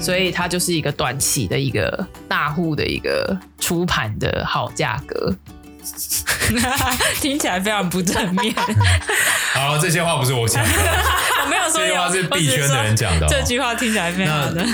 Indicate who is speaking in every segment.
Speaker 1: 所以它就是一个短期的一个大户的一个出盘的好价格。
Speaker 2: 听起来非常不正 面。
Speaker 3: 好，这些话不是我 讲的，
Speaker 2: 我没有说
Speaker 3: 这些
Speaker 2: 有
Speaker 3: 话是
Speaker 2: 我
Speaker 3: 币
Speaker 2: 只
Speaker 3: 圈的人讲的、
Speaker 2: 说
Speaker 3: 哦。
Speaker 2: 这句话听起来非常的。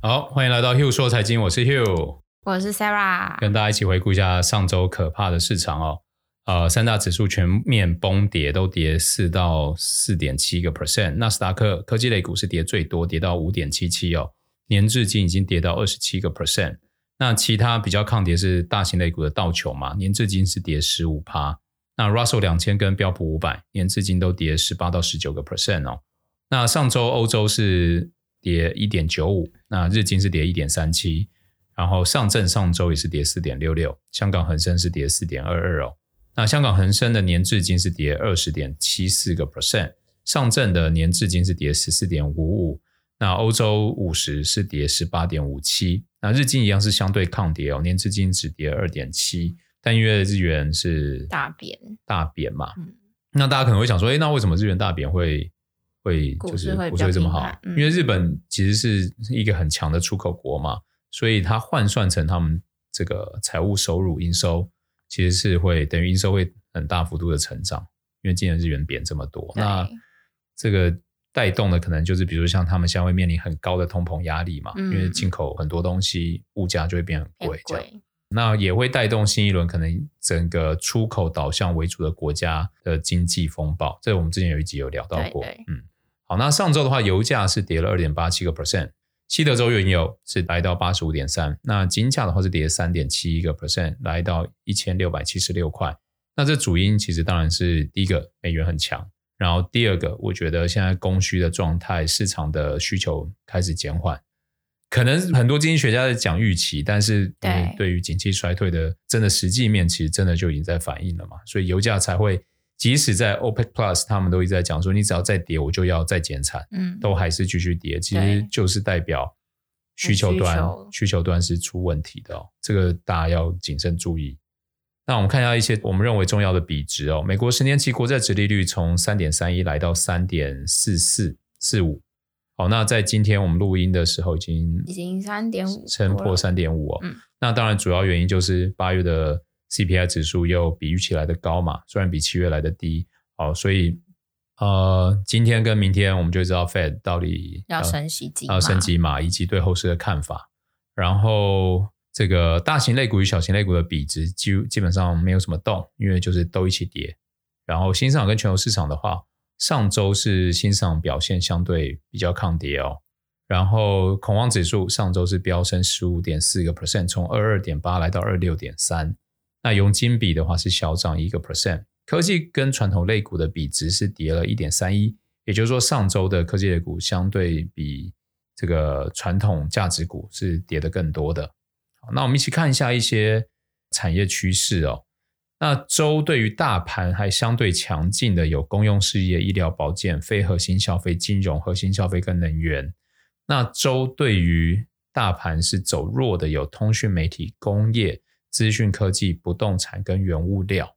Speaker 3: 好，欢迎来到 Hugh 说财经，我是 Hugh，
Speaker 2: 我是 Sarah，
Speaker 3: 跟大家一起回顾一下上周可怕的市场哦。呃，三大指数全面崩跌，都跌四到四点七个 percent。纳斯达克科技类股是跌最多，跌到五点七七哦，年至今已经跌到二十七个 percent。那其他比较抗跌是大型类股的道琼嘛，年至今是跌十五趴。那 Russell 两千跟标普五百年至今都跌十八到十九个 percent 哦。那上周欧洲是跌一点九五，那日经是跌一点三七，然后上证上周也是跌四点六六，香港恒生是跌四点二二哦。那香港恒生的年至今是跌二十点七四个 percent，上证的年至今是跌十四点五五，那欧洲五十是跌十八点五七，那日经一样是相对抗跌哦，年至今只跌二点七，但因为日元是
Speaker 2: 大贬，
Speaker 3: 大贬嘛，
Speaker 2: 嗯
Speaker 3: 那大家可能会想说，诶，那为什么日元大贬会会
Speaker 2: 股
Speaker 3: 就
Speaker 2: 市
Speaker 3: 是
Speaker 2: 会比
Speaker 3: 股市
Speaker 2: 较
Speaker 3: 会这么
Speaker 2: 平
Speaker 3: 好
Speaker 2: 坦？嗯
Speaker 3: 因为日本其实是一个很强的出口国嘛，所以它换算成他们这个财务收入营收，其实是会等于营收会很大幅度的成长，因为今年日元贬这么多，
Speaker 2: 对
Speaker 3: 那这个带动的可能就是，比如像他们现在会面临很高的通膨压力嘛，
Speaker 2: 嗯
Speaker 3: 因为进口很多东西物价就会变很贵，这样。
Speaker 2: 贵，
Speaker 3: 那也会带动新一轮可能整个出口导向为主的国家的经济风暴。这我们之前有一集有聊到过，
Speaker 2: 对对
Speaker 3: 嗯，好，那上周的话，油价是跌了二点八七个 percent，西德州原油是来到八十五点三，那金价的话是跌三点七一个 percent，来到一千六百七十六块。那这主因其实当然是第一个美元很强，然后第二个我觉得现在供需的状态，市场的需求开始减缓。可能很多经济学家在讲预期，但是因为
Speaker 2: 对
Speaker 3: 对于景气衰退的真的实际面，其实真的就已经在反映了嘛，所以油价才会，即使在 OPEC Plus 他们都一直在讲说，你只要再跌，我就要再减产，
Speaker 2: 嗯，
Speaker 3: 都还是继续跌，其实
Speaker 2: 对
Speaker 3: 就是代表需求端
Speaker 2: 需求
Speaker 3: 需求端是出问题的哦，这个大家要谨慎注意。那我们看一下一些我们认为重要的比值哦，美国十年期国债殖利率从三点三一来到三点四四四五，好，那在今天我们录音的时候已经
Speaker 2: 已经3.5
Speaker 3: 撑
Speaker 2: 多
Speaker 3: 破
Speaker 2: 了
Speaker 3: 三点五哦，
Speaker 2: 嗯
Speaker 3: 那当然主要原因就是八月的 CPI 指数又比预期来的高嘛，虽然比七月来的低，好，所以呃，今天跟明天我们就知道 Fed 到底
Speaker 2: 要
Speaker 3: 呃
Speaker 2: 升息几
Speaker 3: 要升
Speaker 2: 码
Speaker 3: 级嘛，以及对后市的看法。然后这个大型类股与小型类股的比值基基本上没有什么动，因为就是都一起跌。然后新市场跟全球市场的话，上周是新市场表现相对比较抗跌哦。然后恐慌指数上周是飙升十五点四个 percent，从二二点八来到二六点三。那佣金比的话是小涨一个 percent，科技跟传统类股的比值是跌了一点三一，也就是说上周的科技类股相对比这个传统价值股是跌得更多的。好，那我们一起看一下一些产业趋势哦。那周对于大盘还相对强劲的有公用事业、医疗保健、非核心消费、金融、核心消费跟能源。那周对于大盘是走弱的有通讯媒体、工业、资讯科技、不动产跟原物料。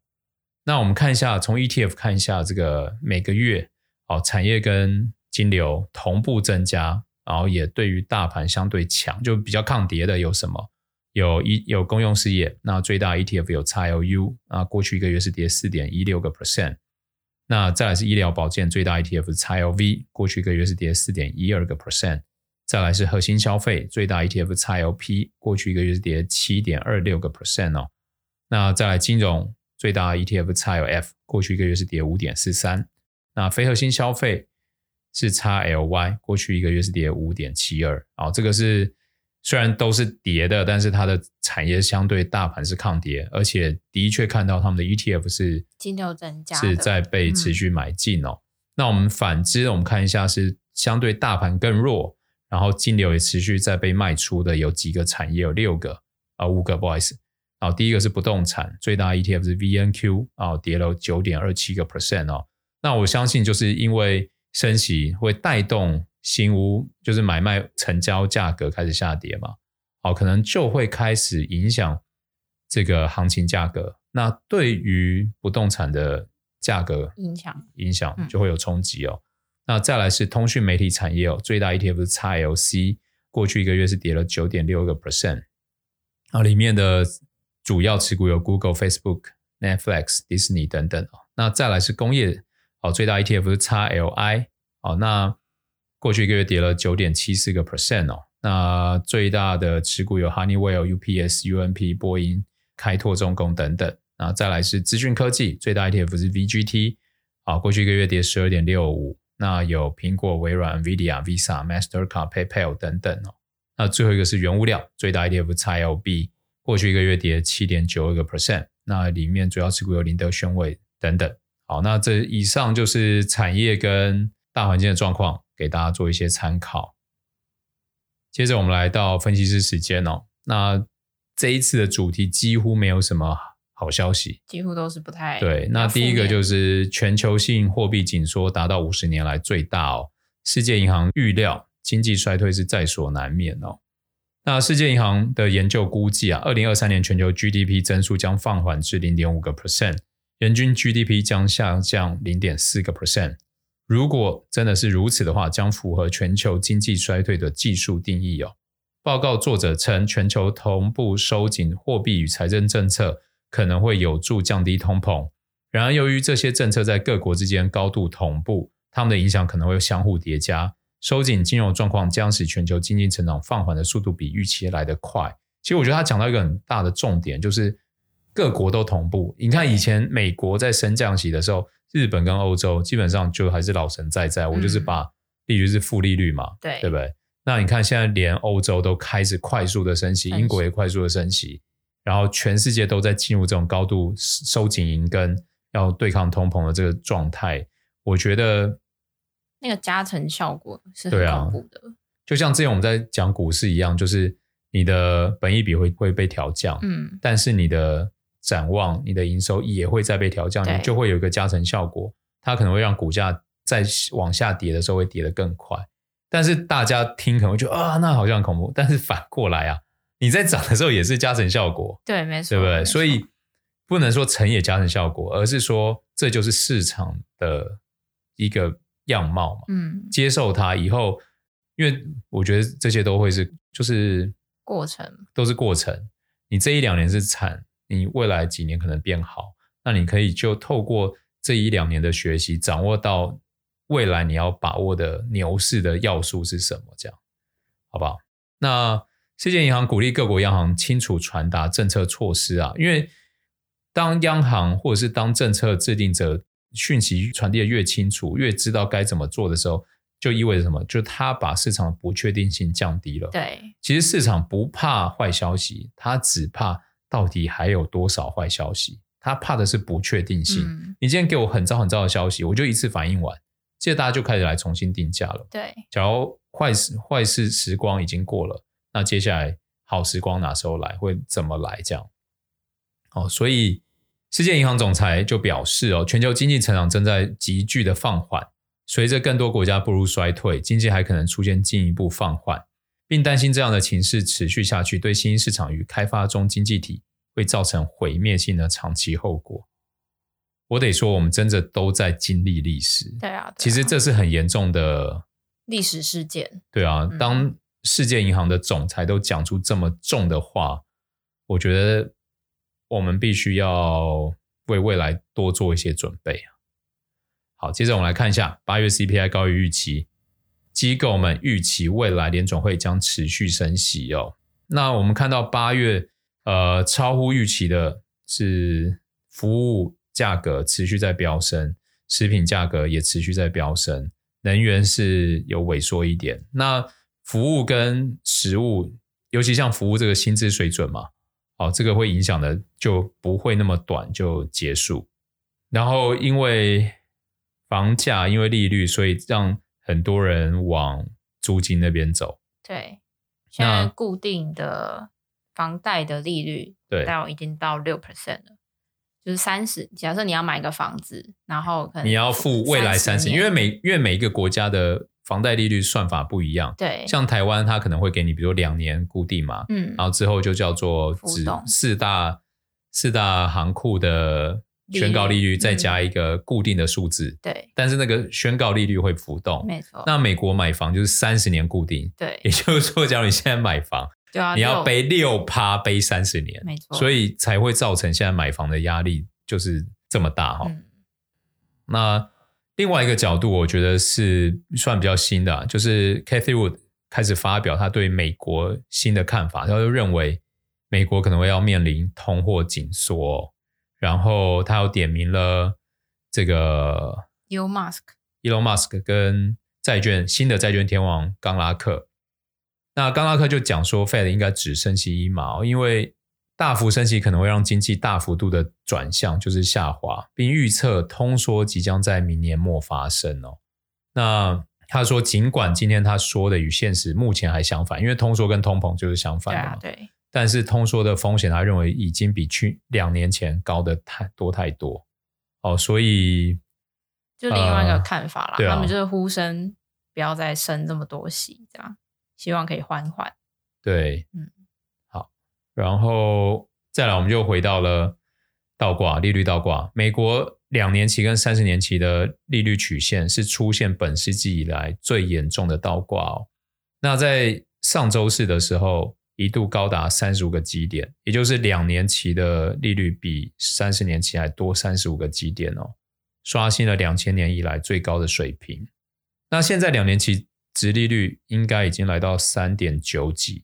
Speaker 3: 那我们看一下，从 ETF 看一下这个每个月哦，产业跟金流同步增加，然后也对于大盘相对强，就比较抗跌的有什么？有一有公用事业，那最大 ETF 有 XLU，啊，过去一个月是跌四点一六个 percent。那再来是医疗保健，最大 ETF 是 XLV，过去一个月是跌四点一二个 percent。再来是核心消费，最大 E ETF XLP，过去一个月是跌七点二六个 percent 哦。那再来金融，最大 E ETF XLF，过去一个月是跌五点四三。那非核心消费是 XLY，过去一个月是跌五点七二，啊，这个是虽然都是跌的，但是它的产业相对大盘是抗跌，而且的确看到他们的 ETF 是
Speaker 2: 金流增加的嗯
Speaker 3: 是在被持续买进哦。那我们反之，我们看一下是相对大盘更弱，然后金流也持续在被卖出的有几个产业，有六个啊、五个，不好意思。啊，第一个是不动产，最大 ETF 是 VNQ 啊，跌了九点二七个 percent 哦。那我相信就是因为升息会带动新屋，就是买卖成交价格开始下跌嘛，好，可能就会开始影响这个行情价格。那对于不动产的价格
Speaker 2: 影响
Speaker 3: 影响
Speaker 2: 嗯
Speaker 3: 就会有冲击哦。那再来是通讯媒体产业哦，最大 ETF 是 XLC，过去一个月是跌了九点六个 percent，啊，里面的主要持股有 Google、Facebook、Netflix、Disney 等等哦。那再来是工业哦，最大 ETF 是 XLI 哦，那过去一个月跌了九点七四个 percent 哦。那最大的持股有 Honeywell、UPS、UNP、波音、开拓重工等等。那再来是资讯科技，最大 ETF 是 VGT，啊，过去一个月跌十二点六五。那有苹果、微软、NVIDIA、Visa、Mastercard、PayPal 等等哦。那最后一个是原物料，最大 ETF 是 XLB，过去一个月跌七点九二个 percent。那里面主要持股有林德、宣伟等等。好，那这以上就是产业跟大环境的状况，给大家做一些参考。接着我们来到分析师时间哦。那这一次的主题几乎没有什么好消息，
Speaker 2: 几乎都是不太
Speaker 3: 对，那第一个就是是全球性货币紧缩达到五十年来最大哦。世界银行预料经济衰退是在所难免哦。那世界银行的研究估计啊，二零二三年全球 GDP 增速将放缓至零点五个 percent，人均 GDP 将下降零点四个 percent。如果真的是如此的话，将符合全球经济衰退的技术定义哦。报告作者称，全球同步收紧货币与财政政策可能会有助降低通膨。然而，由于这些政策在各国之间高度同步，它们的影响可能会相互叠加。收紧金融状况将使全球经济成长放缓的速度比预期来得快。其实，我觉得他讲到一个很大的重点，就是各国都同步。你看，以前美国在升降息的时候，日本跟欧洲基本上就还是老神在在，我就是把利率是负利率嘛，
Speaker 2: 对
Speaker 3: 对不对？那你看，现在连欧洲都开始快速的升息，
Speaker 2: 升息
Speaker 3: 英国也快速的升息，然后全世界都在进入这种高度收紧银根、要对抗通膨的这个状态。我觉得，
Speaker 2: 那个加成效果是
Speaker 3: 对
Speaker 2: 很
Speaker 3: 啊
Speaker 2: 恐怖的。
Speaker 3: 就像之前我们在讲股市一样，就是你的本益比会会被调降，
Speaker 2: 嗯，
Speaker 3: 但是你的展望、你的营收也会再被调降，
Speaker 2: 对
Speaker 3: 你就会有一个加成效果，它可能会让股价在往下跌的时候会跌得更快。但是大家听可能会觉得啊，那好像很恐怖，但是反过来啊，你在涨的时候也是加成效果，
Speaker 2: 对，没错，
Speaker 3: 对不
Speaker 2: 没
Speaker 3: 对？
Speaker 2: 错
Speaker 3: 所以不能说成也加成效果，而是说这就是市场的一个样貌嘛。
Speaker 2: 嗯，
Speaker 3: 接受它以后，因为我觉得这些都会是就是
Speaker 2: 过程
Speaker 3: 都是过程。你这一两年是惨，你未来几年可能变好，那你可以就透过这一两年的学习，掌握到未来你要把握的牛市的要素是什么，这样好不好？那世界银行鼓励各国央行清楚传达政策措施啊，因为当央行或者是当政策制定者讯息传递的越清楚，越知道该怎么做的时候，就意味着什么？就是他把市场的不确定性降低了。
Speaker 2: 对
Speaker 3: 其实市场不怕坏消息，它只怕到底还有多少坏消息。它怕的是不确定性。
Speaker 2: 嗯，
Speaker 3: 你今天给我很糟很糟的消息，我就一次反应完，接着大家就开始来重新定价了。
Speaker 2: 对
Speaker 3: 假如坏时坏事时光已经过了，那接下来好时光哪时候来，会怎么来？这样，哦，所以世界银行总裁就表示哦，全球经济成长正在急剧的放缓，随着更多国家步入衰退，经济还可能出现进一步放缓，并担心这样的情势持续下去，对新兴市场与开发中经济体会造成毁灭性的长期后果。我得说，我们真的都在经历历史。
Speaker 2: 对啊，对啊
Speaker 3: 其实这是很严重的
Speaker 2: 历史事件，
Speaker 3: 对啊，
Speaker 2: 嗯
Speaker 3: 当世界银行的总裁都讲出这么重的话，我觉得我们必须要为未来多做一些准备啊。好，接着我们来看一下八月 CPI 高于预期，机构们预期未来联总会将持续升息哦。那我们看到八月呃超乎预期的是服务价格持续在飙升，食品价格也持续在飙升，能源是有萎缩一点。那服务跟食物，尤其像服务这个薪资水准嘛，哦，这个会影响的就不会那么短就结束。然后因为房价，因为利率，所以让很多人往租金那边走。
Speaker 2: 对，现在固定的房贷的利率
Speaker 3: 对，
Speaker 2: 到已经到六 percent 了，就是三十。假设你要买个房子，然后可能
Speaker 3: 你要付未来三十，
Speaker 2: 年
Speaker 3: 因为每因为每一个国家的房贷利率算法不一样，
Speaker 2: 对，
Speaker 3: 像台湾它可能会给你，比如两年固定嘛，
Speaker 2: 嗯
Speaker 3: 然后之后就叫做
Speaker 2: 浮
Speaker 3: 指
Speaker 2: 动
Speaker 3: 四大四大行库的宣告利率，
Speaker 2: 利率嗯
Speaker 3: 再加一个固定的数字，
Speaker 2: 对，
Speaker 3: 但是那个宣告利率会浮动。
Speaker 2: 没错，
Speaker 3: 那美国买房就是三十年固定，
Speaker 2: 对
Speaker 3: 也就是说，假如你现在买房，
Speaker 2: 对啊，
Speaker 3: 你要
Speaker 2: 就
Speaker 3: 背六趴，背三十年，
Speaker 2: 没错，
Speaker 3: 所
Speaker 2: 以
Speaker 3: 以才会造成现在买房的压力就是这么大哈、
Speaker 2: 嗯
Speaker 3: 那另外一个角度，我觉得是算比较新的、啊，就是 Cathy Wood 开始发表他对美国新的看法，他就认为美国可能会要面临通货紧缩、然后他又点名了这个
Speaker 2: y o Musk
Speaker 3: Elon Musk 跟债券新的债券天王冈拉克。那冈拉克就讲说，Fed 应该只升息一毛，因为大幅升息可能会让经济大幅度的转向，就是下滑，并预测通缩即将在明年末发生哦。那他说，尽管今天他说的与现实目前还相反，因为通缩跟通膨就是相
Speaker 2: 对
Speaker 3: 反的嘛
Speaker 2: 啊，。对，
Speaker 3: 但是通缩的风险，他认为已经比去两年前高的太多太多哦，所以
Speaker 2: 就另外一个
Speaker 3: 呃
Speaker 2: 看法啦，
Speaker 3: 对啊
Speaker 2: 他们就是呼声不要再生这么多息，这样希望可以缓缓。
Speaker 3: 对，
Speaker 2: 嗯，
Speaker 3: 好，然后再来，我们就回到了倒挂利率倒挂。美国两年期跟三十年期的利率曲线是出现本世纪以来最严重的倒挂哦。那在上周四的时候，一度高达三十五个基点，也就是两年期的利率比三十年期还多三十五个基点哦，刷新了两千年以来最高的水平。那现在两年期殖利率应该已经来到三点九几，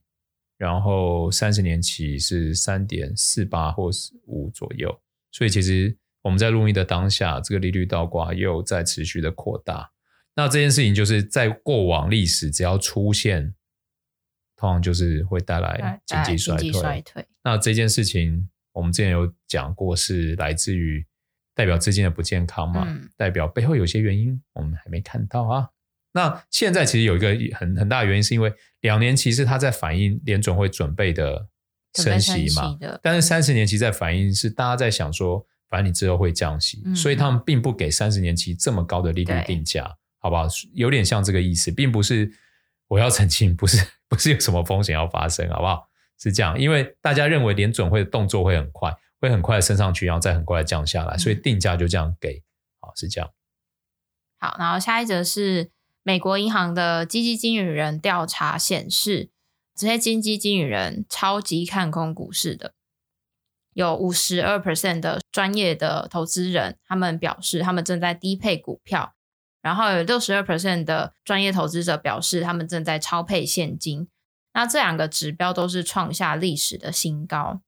Speaker 3: 然后三十年期是三点四八或五左右，所以其实我们在录音的当下，这个利率倒挂又在持续的扩大。那这件事情就是在过往历史，只要出现，通常就是会带来经济衰
Speaker 2: 哎经济
Speaker 3: 退。
Speaker 2: 衰退，
Speaker 3: 那这件事情，我们之前有讲过，是来自于代表资金的不健康嘛？
Speaker 2: 嗯
Speaker 3: 代表背后有些原因，我们还没看到啊。那现在其实有一个很很大的原因，是因为两年期是它在反映联准会准备的
Speaker 2: 准
Speaker 3: 升
Speaker 2: 备
Speaker 3: 息嘛，
Speaker 2: 息的，
Speaker 3: 但是三十年期在反映是大家在想说，反正你之后会降息，
Speaker 2: 嗯
Speaker 3: 所以他们并不给三十年期这么高的利率定价，好不好？有点像这个意思，并不是我要澄清，不是不是有什么风险要发生，好不好？是这样，因为大家认为联准会的动作会很快，会很快地升上去，然后再很快地降下来，
Speaker 2: 嗯
Speaker 3: 所以定价就这样给，好是这样，
Speaker 2: 好，然后下一则是美国银行的基金经理人调查显示，这些基金经理人超级看空股市的，有五十二 percent 的专业的投资人，他们表示他们正在低配股票，然后有六十二 percent 的专业投资者表示他们正在超配现金。那这两个指标都是创下历史的新高。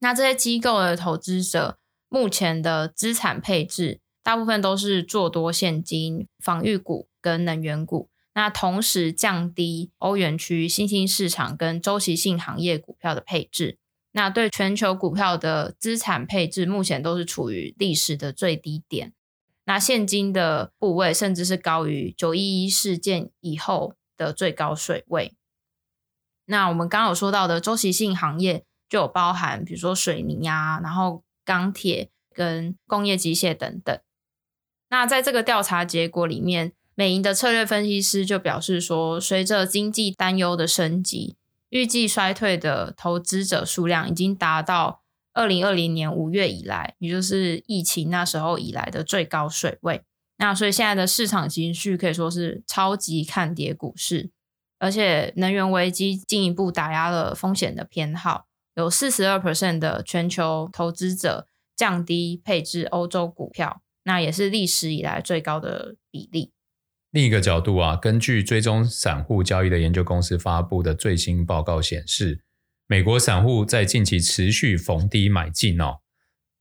Speaker 2: 那这些机构的投资者目前的资产配置，大部分都是做多现金、防御股跟能源股。那同时降低欧元区新兴市场跟周期性行业股票的配置。那对全球股票的资产配置，目前都是处于历史的最低点。那现金的部位甚至是高于九一一事件以后的最高水位。那我们刚刚有说到的周期性行业就有包含，比如说水泥啊，然后钢铁跟工业机械等等。那在这个调查结果里面，美银的策略分析师就表示说，随着经济担忧的升级，预计衰退的投资者数量已经达到二零二零年五月以来，也就是疫情那时候以来的最高水位。那所以现在的市场情绪可以说是超级看跌股市，而且能源危机进一步打压了风险的偏好，有四十二 percent 的全球投资者降低配置欧洲股票，那也是历史以来最高的比例。
Speaker 3: 另一个角度啊，根据追踪散户交易的研究公司发布的最新报告显示，美国散户在近期持续逢低买进哦。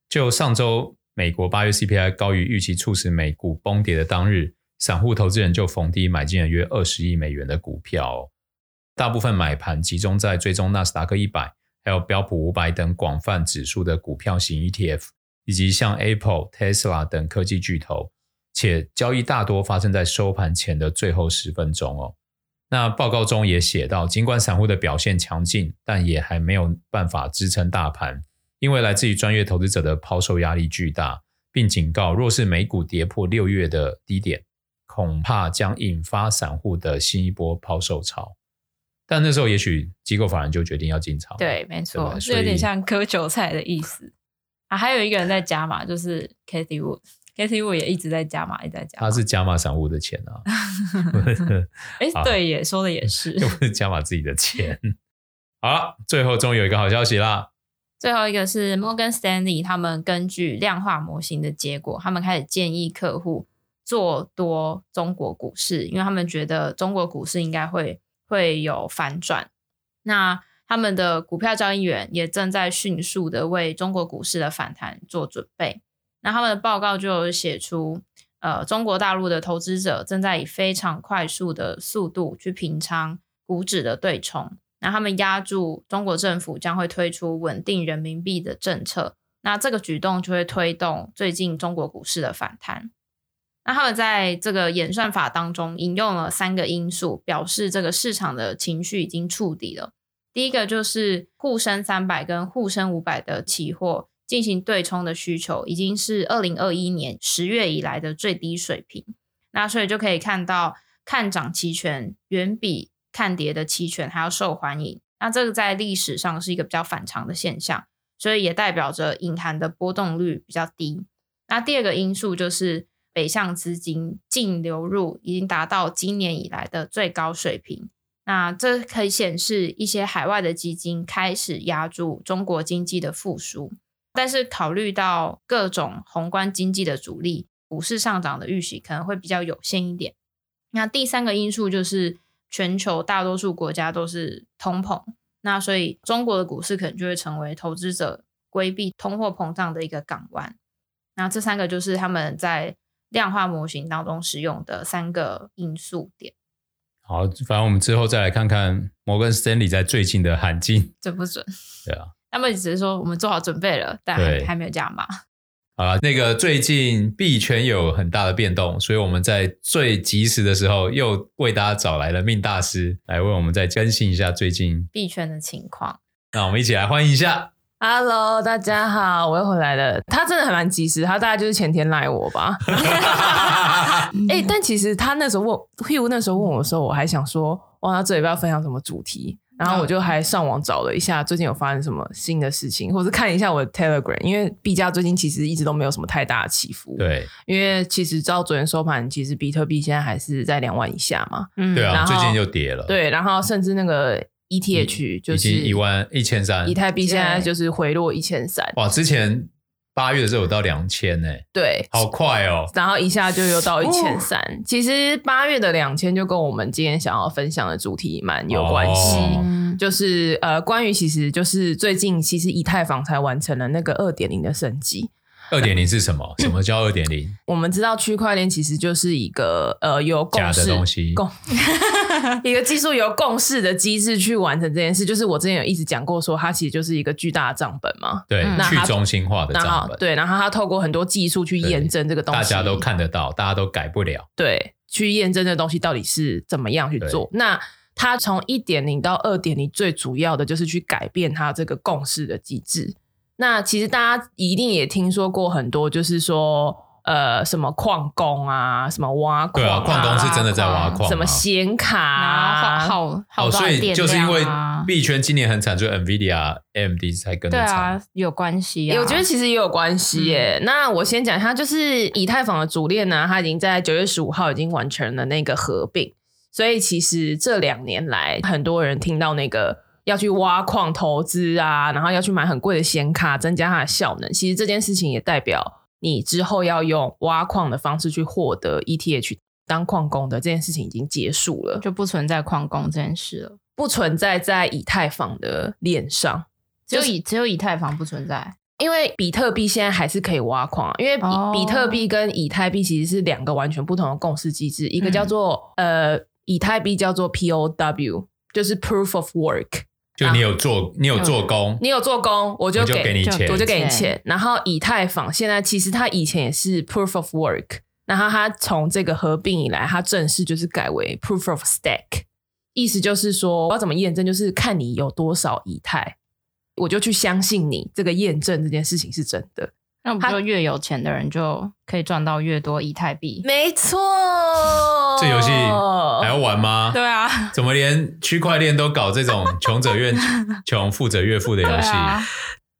Speaker 3: 就上周美国八月 CPI 高于预期，促使美股崩跌的当日，散户投资人就逢低买进了约二十亿美元的股票哦。大部分买盘集中在追踪纳斯达克一百、还有标普五百等广泛指数的股票型 ETF，以及像 Apple、Tesla 等科技巨头。且交易大多发生在收盘前的最后十分钟哦。那报告中也写到，尽管散户的表现强劲，但也还没有办法支撑大盘，因为来自于专业投资者的抛售压力巨大，并警告，若是美股跌破六月的低点，恐怕将引发散户的新一波抛售潮。但那时候也许机构法人就决定要进场，，
Speaker 2: 对，没
Speaker 3: 对
Speaker 2: 错，
Speaker 3: 吧
Speaker 2: 是有
Speaker 3: 所以
Speaker 2: 点像割韭菜的意思啊。还有一个人在加码，就是 Kathy Wood，Kathy Wood 也一直在加码，一直在加码。
Speaker 3: 他是加码散户的钱 啊，
Speaker 2: 哎、
Speaker 3: 好
Speaker 2: 对耶，说的
Speaker 3: 嗯
Speaker 2: 也是。
Speaker 3: 又不是加码自己的钱。好了，最后终于有一个好消息啦，
Speaker 2: 最后一个是 Morgan Stanley，他们根据量化模型的结果，他们开始建议客户做多中国股市，因为他们觉得中国股市应该会会有反转。那他们的股票交易员也正在迅速的为中国股市的反弹做准备。那他们的报告就有写出，呃，中国大陆的投资者正在以非常快速的速度去平仓股指的对冲，那他们压住中国政府将会推出稳定人民币的政策，那这个举动就会推动最近中国股市的反弹。那他们在这个演算法当中引用了三个因素，表示这个市场的情绪已经触底了。第一个就是沪深三百跟沪深五百的期货进行对冲的需求，已经是二零二一年十月以来的最低水平。那所以就可以看到，看涨期权远比看跌的期权还要受欢迎。那这个在历史上是一个比较反常的现象，所以也代表着隐含的波动率比较低。那第二个因素就是北向资金净流入已经达到今年以来的最高水平。那这可以显示一些海外的基金开始压住中国经济的复苏，但是考虑到各种宏观经济的阻力，股市上涨的预期可能会比较有限一点。那第三个因素就是全球大多数国家都是通膨，那所以中国的股市可能就会成为投资者规避通货膨胀的一个港湾。那这三个就是他们在量化模型当中使用的三个因素点，
Speaker 3: 好，反正我们之后再来看看摩根斯丹利在最近的罕进。
Speaker 2: 准不准？
Speaker 3: 对啊，
Speaker 2: 他们只是说我们做好准备了，但还
Speaker 3: 对
Speaker 2: 还没有加码。
Speaker 3: 好了，啊那个最近币圈有很大的变动，所以我们在最及时的时候又为大家找来了命大师来为我们再更新一下最近。
Speaker 2: 币圈的情况，
Speaker 3: 那我们一起来欢迎 一下，
Speaker 1: Hello，大家好，我又回来了。他真的还蛮及时，他大概就是前天赖我 吧。
Speaker 3: 嗯
Speaker 1: 哎、但其实他那时候问 Hugh 那时候问我的时候，我还想说，哇，他这礼拜要分享什么主题？然
Speaker 3: 嗯
Speaker 1: 后我就还上网找了一下最近有发生什么新的事情，或是看一下我的 Telegram，因为币价最近其实一直都没有什么太大的起伏。，
Speaker 3: 对
Speaker 1: 因为其实照昨天收盘，其实比特币现在还是在两万以下嘛。
Speaker 2: 嗯
Speaker 3: 对啊，
Speaker 1: 然后
Speaker 3: 最近又跌了，，
Speaker 1: 对，然后甚至那个 ETH 就是
Speaker 3: 嗯已经一万一千三
Speaker 1: 以，太币现在
Speaker 2: 对
Speaker 1: 就是回落一千三，
Speaker 3: 哇，之前八月的时候有到两千呢，
Speaker 1: 对，
Speaker 3: 好快哦，
Speaker 1: 然后一下就又到一千三。其实八月的两千就跟我们今天想要分享的主题蛮有关系。
Speaker 3: 哦
Speaker 2: 嗯
Speaker 1: 就是呃，关于其实就是最近其实以太坊才完成了那个二点零的升级。
Speaker 3: 二点零是什
Speaker 1: 嗯
Speaker 3: 么？什么叫二点零？
Speaker 1: 我们知道区块链其实就是一个呃有共
Speaker 3: 假的
Speaker 1: 识
Speaker 3: 东西
Speaker 1: 共 一个技术由共识的机制去完成这件事。就是我之前有一直讲过说它其实就是一个巨大的账本嘛。
Speaker 3: 对，
Speaker 2: 嗯那
Speaker 3: 去
Speaker 1: 它
Speaker 3: 中心化的
Speaker 1: 然
Speaker 3: 账
Speaker 1: 后
Speaker 3: 本，
Speaker 1: 对，然后它透过很多技术去验证这个东西，
Speaker 3: 大家都看得到，大家都改不了。
Speaker 1: 对，去验证这东西到底是怎么样去做。那它从一点零到二点零，最主要的就是去改变它这个共识的机制。那其实大家一定也听说过很多，就是说呃，什么矿工啊，什么挖矿、
Speaker 3: 对啊，矿工是真的在挖矿啊，
Speaker 1: 什么显卡、
Speaker 2: 然
Speaker 1: 啊，
Speaker 2: 后好好
Speaker 3: 哦，
Speaker 2: 好多
Speaker 3: 所
Speaker 2: 的
Speaker 3: 以
Speaker 2: 电
Speaker 3: 就是因
Speaker 2: 量
Speaker 3: 为
Speaker 2: 啊
Speaker 3: 币圈今年很惨，所以 NVIDIA、AMD 才跟
Speaker 2: 对
Speaker 3: 得
Speaker 2: 啊
Speaker 3: 上。
Speaker 2: 有关系啊，
Speaker 1: 我觉得其实也有关系耶。那我先讲一下，就是以太坊的主链呢，它已经在九月十五号已经完成了那个合并，所以其实这两年来，很多人听到那个要去挖矿投资啊，然后要去买很贵的显卡，增加它的效能。其实这件事情也代表你之后要用挖矿的方式去获得 ETH 当矿工的这件事情已经结束了，就
Speaker 2: 就不存在矿工这件事了，
Speaker 1: 不存在在以太坊的链上。
Speaker 2: 只有
Speaker 1: 就是
Speaker 2: 以只有以太坊不存在，
Speaker 1: 因为比特币现在还是可以挖矿啊，因为比,、
Speaker 2: 哦
Speaker 1: 比特币跟以太币其实是两个完全不同的共识机制，一个
Speaker 2: 嗯
Speaker 1: 叫做、呃以太币叫做 POW，就是 Proof of Work，
Speaker 3: 就你有做，你有做工，
Speaker 1: 嗯你有做工我就
Speaker 3: 我
Speaker 1: 给
Speaker 3: 就给你
Speaker 2: 就
Speaker 3: 钱
Speaker 1: 我。就给你
Speaker 2: 钱
Speaker 1: 钱。然后以太坊现在其实它以前也是 Proof of Work，然后它从这个合并以来，它正式就是改为 Proof of Stack，意思就是说我要怎么验证，就是看你有多少以太，我就去相信你这个验证这件事情是真的。
Speaker 2: 那不就越有钱的人就可以赚到越多以太币？
Speaker 1: 没错，
Speaker 3: 这游戏
Speaker 1: 哦
Speaker 3: 还要玩吗？
Speaker 2: 对啊，
Speaker 3: 怎么连区块链都搞 这种穷者越穷、富者越富的游
Speaker 2: 对
Speaker 3: 戏？
Speaker 2: 啊，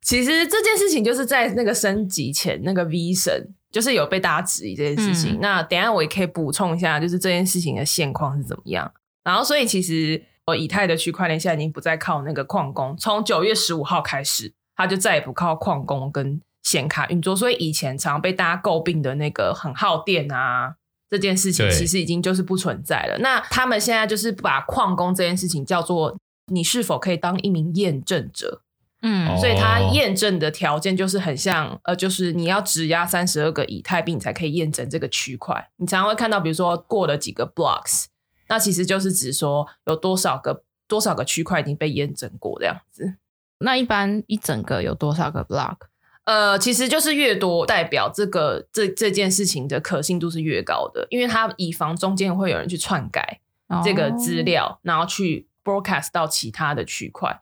Speaker 1: 其实这件事情就是在那个升级前，那个 V 神就是有被大家质疑这件事情。
Speaker 2: 嗯
Speaker 1: 那等一下我也可以补充一下，就是这件事情的现况是怎么样。然后，所以其实呃，以太的区块链现在已经不再靠那个矿工，从九月十五号开始，它就再也不靠矿工跟显卡运作。所以以前常被大家诟病的那个很耗电啊。这件事情
Speaker 3: 对
Speaker 1: 其实已经就是不存在了。那他们现在就是把矿工这件事情叫做你是否可以当一名验证者，
Speaker 2: 嗯
Speaker 3: 哦
Speaker 1: 所以它验证的条件就是很像，呃，就是你要质押三十二个以太币，你才可以验证这个区块。你常常会看到，比如说过了几个 blocks，那其实就是指说有多少个多少个区块已经被验证过这样子。
Speaker 2: 那一般一整个有多少个 block？
Speaker 1: 呃，其实就是越多，代表这个这这件事情的可信度是越高的，因为它以防中间会有人去篡改。
Speaker 2: 哦
Speaker 1: 这个资料，然后去 broadcast 到其他的区块。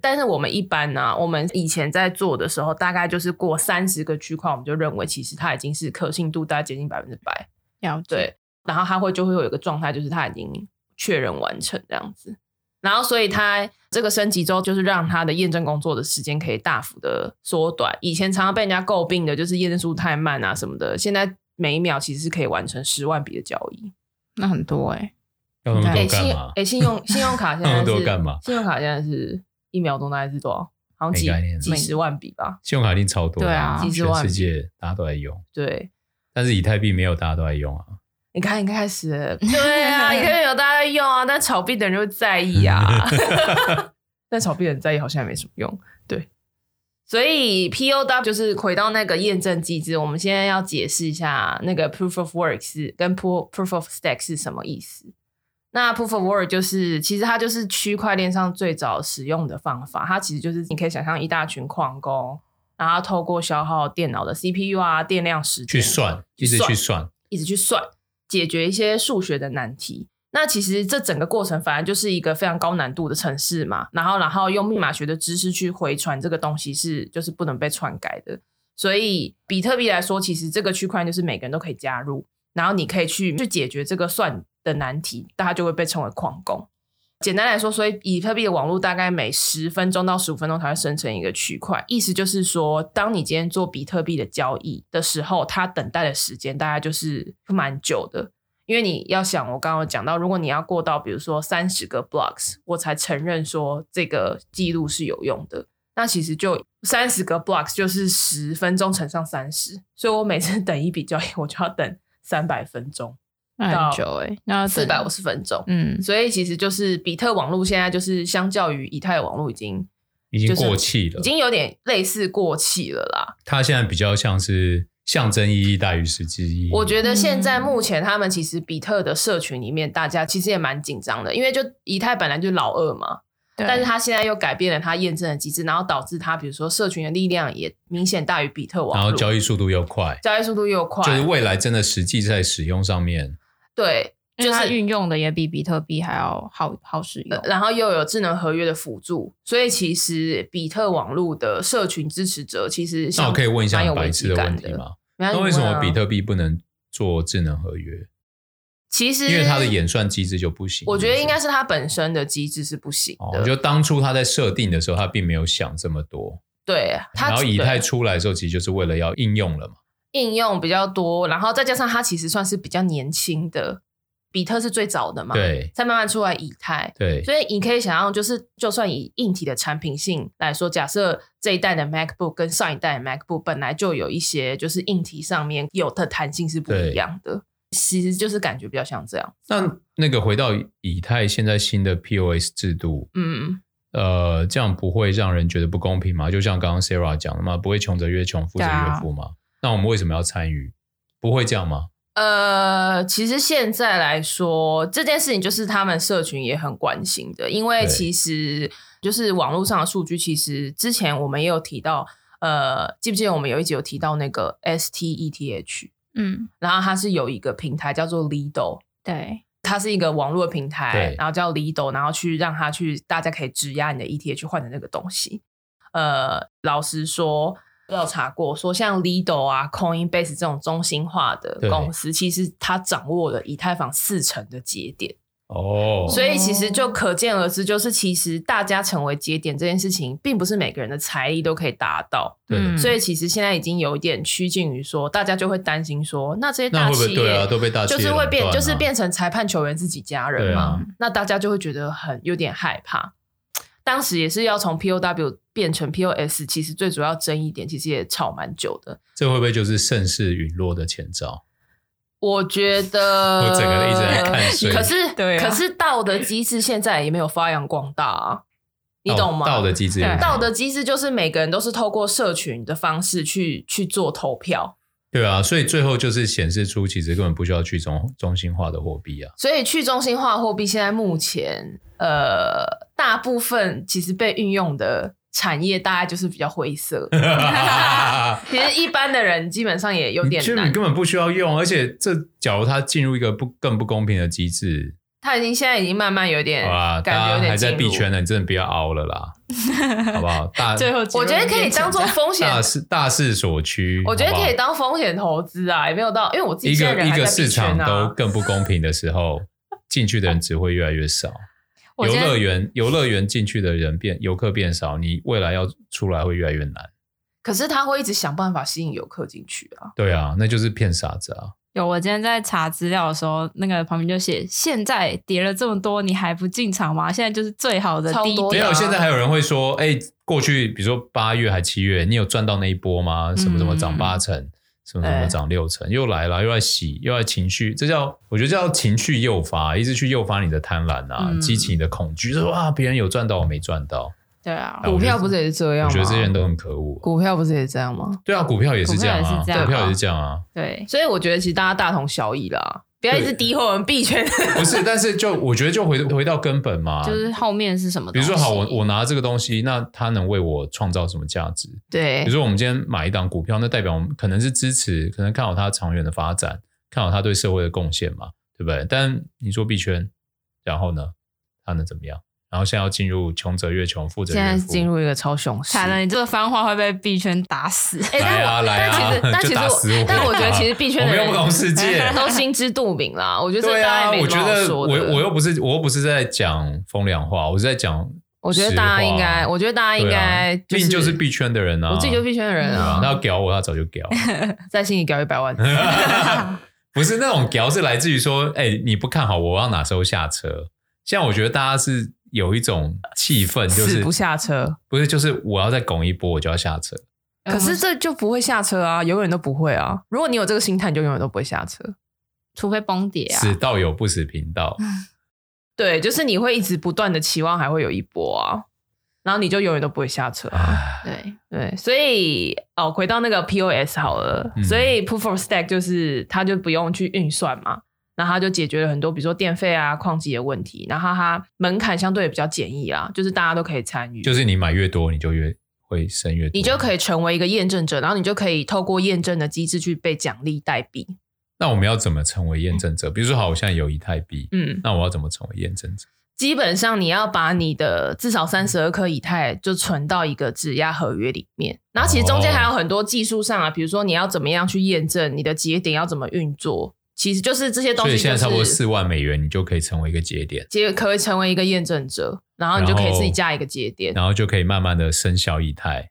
Speaker 1: 但是我们一般呢、我们以前在做的时候，大概就是过三十个区块，我们就认为其实它已经是可信度大概接近百分之百，
Speaker 2: 了解，
Speaker 1: 对。然后它会就会有一个状态，就是它已经确认完成这样子。然后，所以它这个升级之后，就是让它的验证工作的时间可以大幅的缩短。以前常常被人家诟病的就是验证速度太慢啊什么的，现在每一秒其实是可以完成十万笔的交易。
Speaker 2: 那很多哎、
Speaker 3: 要那么
Speaker 1: 哎、
Speaker 3: 多
Speaker 1: 信
Speaker 3: 干
Speaker 1: 用
Speaker 3: 嘛
Speaker 1: 哎、？信用信用卡现在
Speaker 3: 那么多
Speaker 1: 是
Speaker 3: 干嘛
Speaker 1: 信用卡现在是一秒钟大概是多少？好像
Speaker 3: 没概念
Speaker 1: 几几十万笔吧？
Speaker 3: 信用卡一定超多的，
Speaker 2: 对啊
Speaker 1: 几十
Speaker 3: 全
Speaker 1: 万
Speaker 3: 世界大家都在用，
Speaker 1: 对，
Speaker 3: 但是以太币没有大家都在用啊。
Speaker 1: 你看，你开始了， 对啊，以前有大家用啊，但炒币的人就会在意啊。 但炒币的人在意好像也没什么用，对。所以 POW 就是回到那个验证机制，我们现在要解释一下那个 Proof of Work 是跟 Proof Proof of Stake 是什么意思。那 Proof of Work 就是其实它就是区块链上最早使用的方法，它其实就是你可以想象一大群矿工，然后透过消耗电脑的 CPU 啊电量时间
Speaker 3: 去算，一直去算，
Speaker 1: 一直去算，解决一些数学的难题。那其实这整个过程反而就是一个非常高难度的程式嘛，然后然后用密码学的知识去回传这个东西是就是不能被篡改的。所以比特币来说，其实这个区块就是每个人都可以加入，然后你可以去去解决这个算的难题，大家就会被称为矿工。简单来说，所以比特币的网络大概每十分钟到十五分钟才会生成一个区块，意思就是说，当你今天做比特币的交易的时候，它等待的时间大概就是蛮久的。因为你要想，我刚刚有讲到，如果你要过到比如说三十个 blocks，我才承认说这个记录是有用的。那其实就三十个 blocks 就是十分钟乘上三十，所以我每次等一笔交易，我就要等三百分钟，
Speaker 2: 那很久哎、那要等
Speaker 1: 四百五，十分钟。
Speaker 2: 嗯，
Speaker 1: 所以其实就是比特网络现在就是相较于以太网络已经
Speaker 3: 已经
Speaker 1: 就是
Speaker 3: 过气了。
Speaker 1: 已经有点类似过气了啦。
Speaker 3: 它现在比较像是象征意义大于实际意义。
Speaker 1: 我觉得现在
Speaker 2: 嗯
Speaker 1: 目前他们其实比特的社群里面，大家其实也蛮紧张的，因为就以太本来就老二嘛，
Speaker 2: 对
Speaker 1: 但是他现在又改变了他验证的机制，然后导致他比如说社群的力量也明显大于比特网
Speaker 3: 然
Speaker 1: 络，
Speaker 3: 后交易速度又快，
Speaker 1: 交易速度又快，
Speaker 3: 就是未来真的实际在使用上面，
Speaker 1: 对，
Speaker 2: 因为它
Speaker 1: 就是
Speaker 2: 运用的也比比特币还要好好使用
Speaker 1: 呃，然后又有智能合约的辅助，所以其实比特网络的社群支持者其实像
Speaker 3: 那我可以问一下
Speaker 1: 蛮有
Speaker 3: 很
Speaker 1: 危
Speaker 3: 白
Speaker 1: 机
Speaker 3: 痴的
Speaker 1: 感
Speaker 3: 问题
Speaker 1: 的？
Speaker 3: 吗？
Speaker 1: 没关系
Speaker 3: 那为什么比？
Speaker 1: 你问啊
Speaker 3: 特币不能做智能合约？
Speaker 1: 其实
Speaker 3: 因为它的演算机制就不行。
Speaker 1: 我觉得应该是它本身的机制是不行
Speaker 3: 哦，
Speaker 1: 的。
Speaker 3: 我觉得当初它在设定的时候，它并没有想这么多。
Speaker 1: 对，它
Speaker 3: 然后以太
Speaker 1: 对
Speaker 3: 出来的时候，其实就是为了要应用了嘛。
Speaker 1: 应用比较多，然后再加上它其实算是比较年轻的，比特是最早的嘛，，
Speaker 3: 对
Speaker 1: 才慢慢出来以太。
Speaker 3: 对，
Speaker 1: 所以你可以想象，就是就算以硬体的产品性来说，假设这一代的 MacBook 跟上一代的 MacBook 本来就有一些就是硬体上面有的弹性是不一样的，其实就是感觉比较像这样。
Speaker 3: 那那个回到以太现在新的 POS 制度，
Speaker 1: 嗯，
Speaker 3: 呃，这样不会让人觉得不公平吗？就像刚刚 Sarah 讲的嘛，不会穷者越穷，富者
Speaker 2: 对啊
Speaker 3: 越富嘛。那我们为什么要参与？不会这样吗？
Speaker 1: 呃，其实现在来说，这件事情就是他们社群也很关心的，因为
Speaker 3: 对
Speaker 1: 其实就是网络上的数据，其实之前我们也有提到，呃，记不记得我们有一集有提到那个 STETH，
Speaker 2: 嗯，
Speaker 1: 然后它是有一个平台叫做 Lido，
Speaker 2: 对，
Speaker 1: 它是一个网络平台
Speaker 3: 对，
Speaker 1: 然后叫 Lido，然后去让它 E 去大家可以质押你的 ETH 换的那个东西。呃，老实说，我有查过，说像 Lido 啊、Coinbase 这种中心化的
Speaker 3: 对
Speaker 1: 公司，其实它掌握了以太坊四成的节点，
Speaker 3: 哦，
Speaker 1: 所以其实就可见而知，就是其实大家成为节点这件事情，并不是每个人的财力都可以达到，
Speaker 3: 对
Speaker 2: 嗯
Speaker 1: 所以其实现在已经有一点趋近于说，大家就会担心说，那这些
Speaker 3: 那
Speaker 1: 大
Speaker 3: 会不
Speaker 1: 企
Speaker 3: 会对啊？
Speaker 1: 业。
Speaker 3: 都被大企
Speaker 1: 就
Speaker 3: 业
Speaker 1: 是会变
Speaker 3: 垄，断啊
Speaker 1: 就是变成裁判球员自己家人嘛，
Speaker 3: 对啊
Speaker 1: 那大家就会觉得很有点害怕。当时也是要从 POW 变成 POS，其实最主要争议点其实也吵蛮久的。
Speaker 3: 这会不会就是盛世陨落的前兆？
Speaker 1: 我觉得
Speaker 3: 我整个一直在看水
Speaker 1: 可是
Speaker 2: 对啊
Speaker 1: 可是道德机制现在也没有发扬光大啊，你
Speaker 3: 道
Speaker 1: 懂吗？
Speaker 3: 哦道德机制，
Speaker 2: 对
Speaker 1: 道德机制就是每个人都是透过社群的方式去去做投票，
Speaker 3: 对啊，所以最后就是显示出其实根本不需要去中中心化的货币啊。
Speaker 1: 所以去中心化货币现在目前呃大部分其实被运用的产业大概就是比较灰 色， 其实一般的人基本上也 有点
Speaker 3: 其实你
Speaker 1: 难。
Speaker 3: 根本不需要用，而且这假如它进入一个不更不公平的机制，
Speaker 1: 他已经现在已经慢慢有点
Speaker 3: 好吧，
Speaker 1: 感觉有
Speaker 3: 大家
Speaker 1: 点
Speaker 3: 还在
Speaker 1: 进入
Speaker 3: 币圈呢，你真的不要凹 了啦，好不好？大
Speaker 2: 最后
Speaker 1: 我觉得可以当做风险
Speaker 3: 大势大势所趋，
Speaker 1: 我觉得
Speaker 3: 好不好
Speaker 1: 可以当风险投资啊，也没有到，因为我自己
Speaker 3: 一
Speaker 1: 现在
Speaker 3: 个
Speaker 1: 人啊
Speaker 3: 一
Speaker 1: 还
Speaker 3: 个
Speaker 1: 在币
Speaker 3: 市场
Speaker 1: 圈
Speaker 3: 都
Speaker 1: 啊。
Speaker 3: 更不公平的时候， 进去的人只会越来越少。
Speaker 2: 我
Speaker 3: 游
Speaker 2: 觉
Speaker 3: 乐
Speaker 2: 得
Speaker 3: 园游乐园进去的人变游客变少，你未来要出来会越来越难。
Speaker 1: 可是他会一直想办法吸引游客进去啊。
Speaker 3: 对啊，那就是骗傻子啊！
Speaker 2: 有，我今天在查资料的时候，那个旁边就写：现在跌了这么多，你还不进场吗？现在就是最好的
Speaker 1: 超
Speaker 2: 低
Speaker 1: 多
Speaker 3: 没
Speaker 1: 对啊
Speaker 2: 点。
Speaker 3: 有，现在还有人会说，哎、过去比如说八月还七月，你有赚到那一波吗？什么什么涨八成，什么什么涨六成，又来了，又来洗，又来情绪，这叫我觉得这叫情绪诱发，一直去诱发你的贪婪啊，
Speaker 2: 嗯
Speaker 3: 激起你的恐惧，就说啊，别人有赚到，我没赚到。
Speaker 2: 对啊，
Speaker 3: 我
Speaker 1: 股
Speaker 3: 觉得
Speaker 1: 票不是也是这样
Speaker 3: 我
Speaker 1: 吗？
Speaker 3: 觉得这些人都很可恶啊、
Speaker 1: 股票不是也这样吗？
Speaker 3: 对啊，股票也是这样啊，
Speaker 2: 股票也是这样
Speaker 3: 股票也是这样啊。
Speaker 2: 对，
Speaker 1: 所以我觉得其实大家大同小异啦，不要一直诋毁我们币圈。
Speaker 3: 不是，但是就我觉得就回回到根本嘛，
Speaker 2: 就是后面是什么
Speaker 3: 啊比
Speaker 2: 东
Speaker 3: 如
Speaker 2: 西？
Speaker 3: 说好，我我拿这个东西，那它能为我创造什么价值？比
Speaker 1: 对
Speaker 3: 如，说我们今天买一档股票，那代表我们可能是支持，可能看好它长远的发展，看好它对社会的贡献嘛，对不对？但你说币圈，然后呢，它能怎么样？然后现在要进入穷则越穷，富则
Speaker 1: 现
Speaker 3: 越
Speaker 1: 在
Speaker 3: 富。
Speaker 1: 进入一个超熊市。
Speaker 2: 惨了，你这个番话会被币圈打死。
Speaker 1: 哎
Speaker 3: 来啊来
Speaker 1: 但
Speaker 3: 啊
Speaker 1: 我，但其实，
Speaker 3: 就打
Speaker 1: 但
Speaker 3: 死
Speaker 1: 其实
Speaker 3: 我！
Speaker 1: 但我觉 得其实币圈
Speaker 3: 我
Speaker 1: 的
Speaker 3: 们又
Speaker 1: 人
Speaker 3: 不同世界，
Speaker 1: 都心知肚明啦。我觉得这
Speaker 3: 对
Speaker 1: 大
Speaker 3: 啊，
Speaker 1: 家也
Speaker 3: 我
Speaker 1: 没什么
Speaker 3: 觉
Speaker 1: 好
Speaker 3: 得
Speaker 1: 说
Speaker 3: 我
Speaker 1: 的。
Speaker 3: 我又不是我又不是在讲风凉话，我是在讲
Speaker 1: 我觉得大家应
Speaker 3: 实
Speaker 1: 该，
Speaker 3: 话啊
Speaker 1: 我觉得大家应该
Speaker 3: 对啊命就是币圈的人啊，
Speaker 1: 我自己就是币圈的人
Speaker 3: 对啊
Speaker 1: 啊，
Speaker 3: 他要屌我，他早就屌。
Speaker 1: 在心里搞一百 万。
Speaker 3: 不是那种屌，是来自于说，哎、你不看好我，我要哪时候下车？像我觉得大家是有一种气氛，就
Speaker 1: 死
Speaker 3: 是
Speaker 1: 不下车，
Speaker 3: 不是就是我要再拱一波，我就要下车。
Speaker 1: 可是这就不会下车啊，永远都不会啊。如果你有这个心态，你就永远都不会下车。
Speaker 2: 除非崩跌啊，
Speaker 3: 死道友不死贫道，
Speaker 1: 嗯对，就是你会一直不断的期望还会有一波啊，然后你就永远都不会下车、啊。
Speaker 3: 唉
Speaker 2: 对，
Speaker 1: 对，所以哦，回到那个 POS 好了，
Speaker 3: 嗯
Speaker 1: 所以 Proof of Stack 就是它就不用去运算嘛，那它就解决了很多比如说电费啊、矿机的问题，然后它门槛相对也比较简易啦，就是大家都可以参与，
Speaker 3: 就是你买越多，你就越会升越多，
Speaker 1: 你就可
Speaker 3: 以。
Speaker 1: 以成为一个验证者，然后你就可以透过验证的机制去被奖励代币。
Speaker 3: 那我们要怎么成为验证者？比如说，好，我现在有以太币，
Speaker 1: 嗯，
Speaker 3: 那我要怎么成为验证者？
Speaker 1: 基本上你要把你的至少三十二颗以太就存到一个质押合约里面，然后其实中间还有很多技术上啊，比如说你要怎么样去验证你的节点要怎么运作，其实就是这些东
Speaker 3: 所以
Speaker 1: 西
Speaker 3: 现
Speaker 1: 就
Speaker 3: 在差不多
Speaker 1: 是
Speaker 3: 四万美元，你就可以成为一个节点，
Speaker 1: 接可以成为一个验证者，然后你就可以自己加一个节点
Speaker 3: 然后就可以慢慢的升小以太。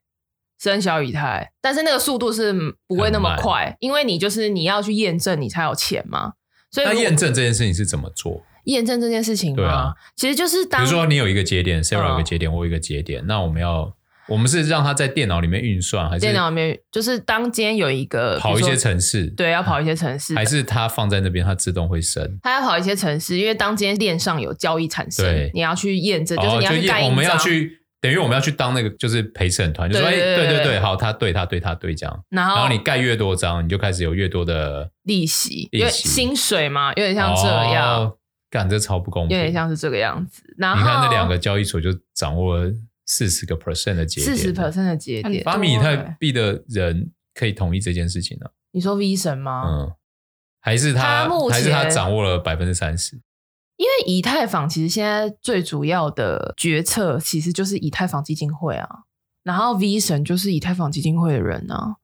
Speaker 1: 生小以太，但是那个速度是不会那么
Speaker 3: 很慢
Speaker 1: 快，因为你就是你要去验证你才有钱嘛，所以
Speaker 3: 那
Speaker 1: 如果
Speaker 3: 验证这件事情是怎么做？
Speaker 1: 验证这件事情
Speaker 3: 对
Speaker 1: 嘛
Speaker 3: 啊，
Speaker 1: 其实就是
Speaker 3: 比
Speaker 1: 当
Speaker 3: 如说你有一个节点
Speaker 1: 嗯
Speaker 3: ，Sarah 有一个节点，我有一个节点，那我们要，我们是让它在电脑里面运算，还是
Speaker 1: 电脑里面就是当今天有一个比如
Speaker 3: 跑一
Speaker 1: 说
Speaker 3: 些城市？
Speaker 1: 对，要跑一些城市，
Speaker 3: 还是它放在那边，它自动会升？
Speaker 1: 他要跑一些城市，因为当今天链上有交易产生
Speaker 3: 对，
Speaker 1: 你要去验证，就是
Speaker 3: 哦，
Speaker 1: 你要
Speaker 3: 就
Speaker 1: 去
Speaker 3: 验
Speaker 1: 盖印章。
Speaker 3: 我们要去，等于我们要去当那个就是陪审团，就说哎，
Speaker 1: 对对对
Speaker 3: 对
Speaker 1: 对哦
Speaker 3: 对对，好，他对他对他对这样，
Speaker 1: 然
Speaker 3: 然
Speaker 1: 后
Speaker 3: 后你盖越多张，你就开始有越多的
Speaker 1: 利息，
Speaker 3: 利息
Speaker 1: 因为薪水嘛，有点像这样，
Speaker 3: 哦干这超不公
Speaker 1: 有
Speaker 3: 平。
Speaker 1: 点
Speaker 3: 你
Speaker 1: 像啊是这个样子。然后
Speaker 3: 看那两个交易所就掌握了四十个 percent 的节
Speaker 1: 四
Speaker 3: 点，
Speaker 1: 十 percent 的节点，
Speaker 3: 发明以太
Speaker 2: 多欸
Speaker 3: 币的人可以同意这件事情呢、啊
Speaker 1: 你说 V 神吗？
Speaker 3: 嗯，还是他，
Speaker 1: 啊他目前
Speaker 3: 还是他掌握了百分之三十，
Speaker 1: 因为以太坊其实现在最主要的决策其实就是以太坊基金会啊，然后 V 神就是以太坊基金会的人啊，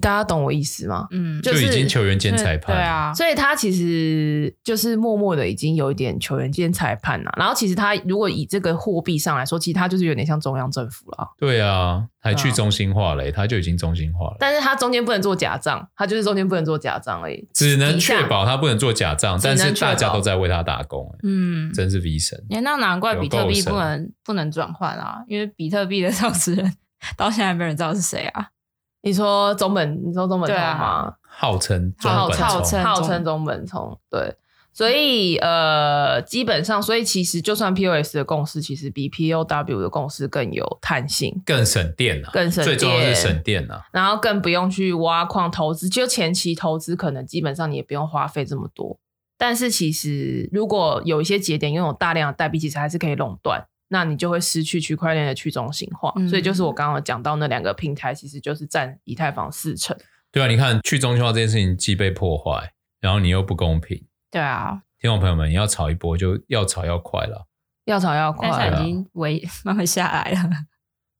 Speaker 1: 大家懂我意思吗？
Speaker 2: 嗯，
Speaker 1: 就
Speaker 3: 就是已经球员兼裁判，
Speaker 2: 对，啊，
Speaker 1: 所以他其实就是默默的已经有一点球员兼裁判了、啊然后其实他如果以这个货币上来说，其实他就是有点像中央政府了啊，
Speaker 3: 对啊，还去
Speaker 1: 对啊
Speaker 3: 中心化嘞、他就已经中心化了，
Speaker 1: 但是他中间不能做假账，他就是中间不能做假账而已，
Speaker 3: 只能
Speaker 1: 底下
Speaker 3: 确保他不能做假账，
Speaker 1: 只能
Speaker 3: 但是
Speaker 1: 确保哎
Speaker 3: 大家都在为他打工、欸，
Speaker 2: 嗯，
Speaker 3: 真是 V 神。啊
Speaker 2: 也那难怪比特币
Speaker 3: 有够
Speaker 2: 不能不能转换啊，因为比特币的创始人到现在没人知道是谁啊。
Speaker 1: 你说中本，你说中本聪
Speaker 2: 对啊
Speaker 1: 吗？
Speaker 3: 号称中
Speaker 1: 号
Speaker 3: 本
Speaker 1: 号
Speaker 3: 聪
Speaker 2: 称
Speaker 1: 号称中本聪，对。所以呃，基本上，所以其实就算 POS 的共识，其实比 POW 的共识更有弹性，
Speaker 3: 更省电啊，
Speaker 1: 更省
Speaker 3: 最重要
Speaker 1: 电
Speaker 3: 是省电啊。
Speaker 1: 然后更不用去挖矿投资，就前期投资可能基本上你也不用花费这么多。但是其实如果有一些节点拥有大量的代币，其实还是可以垄断，那你就会失去区块链的去中心化。
Speaker 2: 嗯
Speaker 1: 所以就是我刚刚有讲到那两个平台，其实就是占以太坊四成。
Speaker 3: 对啊，你看去中心化这件事情既被破坏，然后你又不公平。
Speaker 2: 对啊，
Speaker 3: 听众朋友们，你要炒一波就要炒要快了。
Speaker 1: 要炒要快
Speaker 2: 但是
Speaker 1: 了
Speaker 2: 已经微慢慢下来了。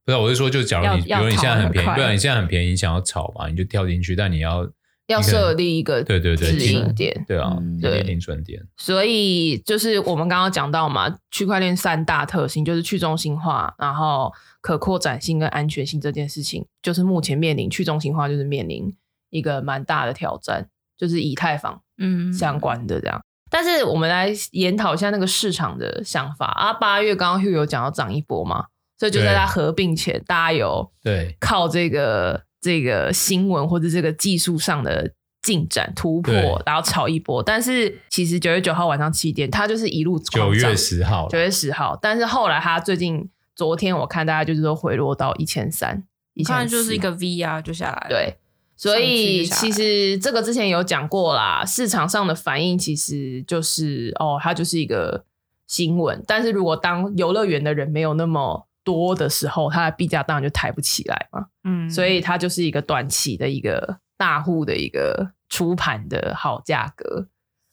Speaker 3: 不是，我是说，就假如你，比
Speaker 2: 要
Speaker 3: 如你现在很便宜，
Speaker 2: 要炒很快
Speaker 3: 不然你现在很便宜，你想要炒嘛，你就跳进去，但你要
Speaker 1: 要
Speaker 3: 你可能
Speaker 1: 设立一个
Speaker 3: 对对对
Speaker 1: 指引
Speaker 2: 停
Speaker 1: 点。
Speaker 3: 对啊，
Speaker 2: 嗯
Speaker 3: 停
Speaker 1: 对
Speaker 3: 利停损点，
Speaker 1: 所以就是我们刚刚讲到嘛，区块链三大特性就是去中心化，然后可扩展性跟安全性这件事情，就是目前面临去中心化就是面临一个蛮大的挑战，就是以太坊
Speaker 2: 嗯，
Speaker 1: 相关的这样。但是我们来研讨一下那个市场的想法啊。八月刚刚 Hugh 有讲到涨一波嘛，所以就在
Speaker 3: 对
Speaker 1: 它合并前，大家有
Speaker 3: 对
Speaker 1: 靠这个这个新闻或者这个技术上的进展突破
Speaker 3: 对，
Speaker 1: 然后炒一波。但是其实九月九号晚上七点，它就是一路
Speaker 3: 九月
Speaker 1: 十
Speaker 3: 十号
Speaker 1: 九
Speaker 3: 了，
Speaker 1: 月十号，但是后来它最近昨天我看大家就是说回落到一千三，一
Speaker 2: 看
Speaker 1: 千
Speaker 2: 就是一个 V 啊，就下来了。
Speaker 1: 对。所以
Speaker 2: 上去
Speaker 1: 其
Speaker 2: 就下来
Speaker 1: 实这个之前有讲过啦，市场上的反应其实就是哦，它就是一个新闻。但是如果当游乐园的人没有那么多的时候，它的币价当然就抬不起来嘛。
Speaker 2: 嗯，
Speaker 1: 所以它就是一个短期的一个大户的一个出盘的好价格。
Speaker 3: 嗯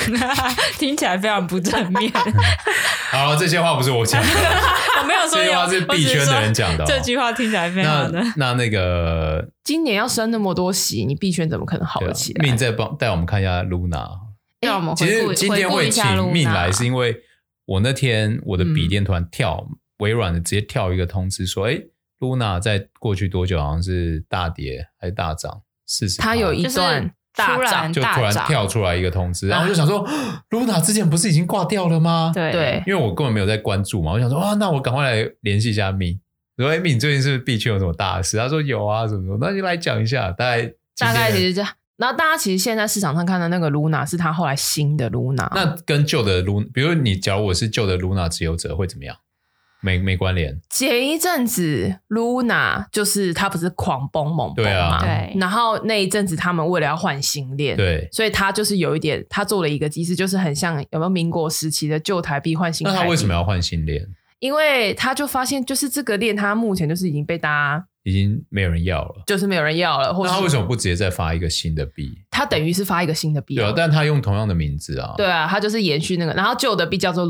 Speaker 2: 听起来非常不正 面。
Speaker 3: 好，这些话不是我讲的，哦
Speaker 2: 我没有说
Speaker 3: 这些
Speaker 2: 有
Speaker 3: 话是币圈的人讲的哦
Speaker 2: 我只是说这句话听起来非
Speaker 3: 那
Speaker 2: 常的。
Speaker 3: 那那个
Speaker 1: 今年要升那么多席，你币圈怎么可能好
Speaker 3: 对
Speaker 1: 得
Speaker 3: 啊
Speaker 1: 起来？
Speaker 3: 命再帮带我们看一下 Luna，
Speaker 2: 让我们
Speaker 3: 其
Speaker 2: 回
Speaker 3: 实
Speaker 2: 顾
Speaker 3: 今
Speaker 2: 回
Speaker 3: 天
Speaker 2: 顾
Speaker 3: 会
Speaker 2: 一
Speaker 3: 请
Speaker 2: 下露娜
Speaker 3: 命来，是因为我那天我的笔电突然跳，微软的直接跳一个通知说，哎，Luna 在过去多久好像是大跌还是大涨？四十，
Speaker 1: 它有一
Speaker 2: 就是
Speaker 1: 段大
Speaker 2: 突然
Speaker 1: 涨，
Speaker 3: 就突然
Speaker 2: 大涨嗯
Speaker 3: 跳出来一个通知，然后
Speaker 1: 啊
Speaker 3: 我就想说，Luna 哦之前不是已经挂掉了吗？，
Speaker 2: 对
Speaker 1: 对
Speaker 3: 因为我根本没有在关注嘛，我想说，哦哇，那我赶快来联系一下命。我说，哎，命，你最近是不是币圈有什么大事？他说有啊，什么什么，那就来讲一下，大概今
Speaker 1: 大概
Speaker 3: 天
Speaker 1: 其实这样。然后大家其实现在市场上看的那个 Luna 是它后来新的 Luna，
Speaker 3: 那跟旧的 Luna，比如你假如我是旧的 Luna 持有者会怎么样？没没关联，
Speaker 1: 前一阵子 Luna 就是它不是狂崩猛崩
Speaker 3: 对啊
Speaker 1: 嘛，
Speaker 2: 对
Speaker 1: 然后那一阵子他们为了要换新链，
Speaker 3: 对。
Speaker 1: 所以它就是有一点，它做了一个机制，就是很像有没有民国时期的旧台币换新台
Speaker 3: 那
Speaker 1: 币，
Speaker 3: 他为什么要换新链？
Speaker 1: 因为他就发现，就是这个链，它目前就是已经被大家
Speaker 3: 已经没有人要了，
Speaker 1: 就是没有人要了，或
Speaker 3: 那
Speaker 1: 者
Speaker 3: 他为什么不直接再发一个新的币？
Speaker 1: 它等于是发一个新的币、
Speaker 3: 对啊，但他用同样的名字啊，
Speaker 1: 对啊，它就是延续那个，然后旧的币叫做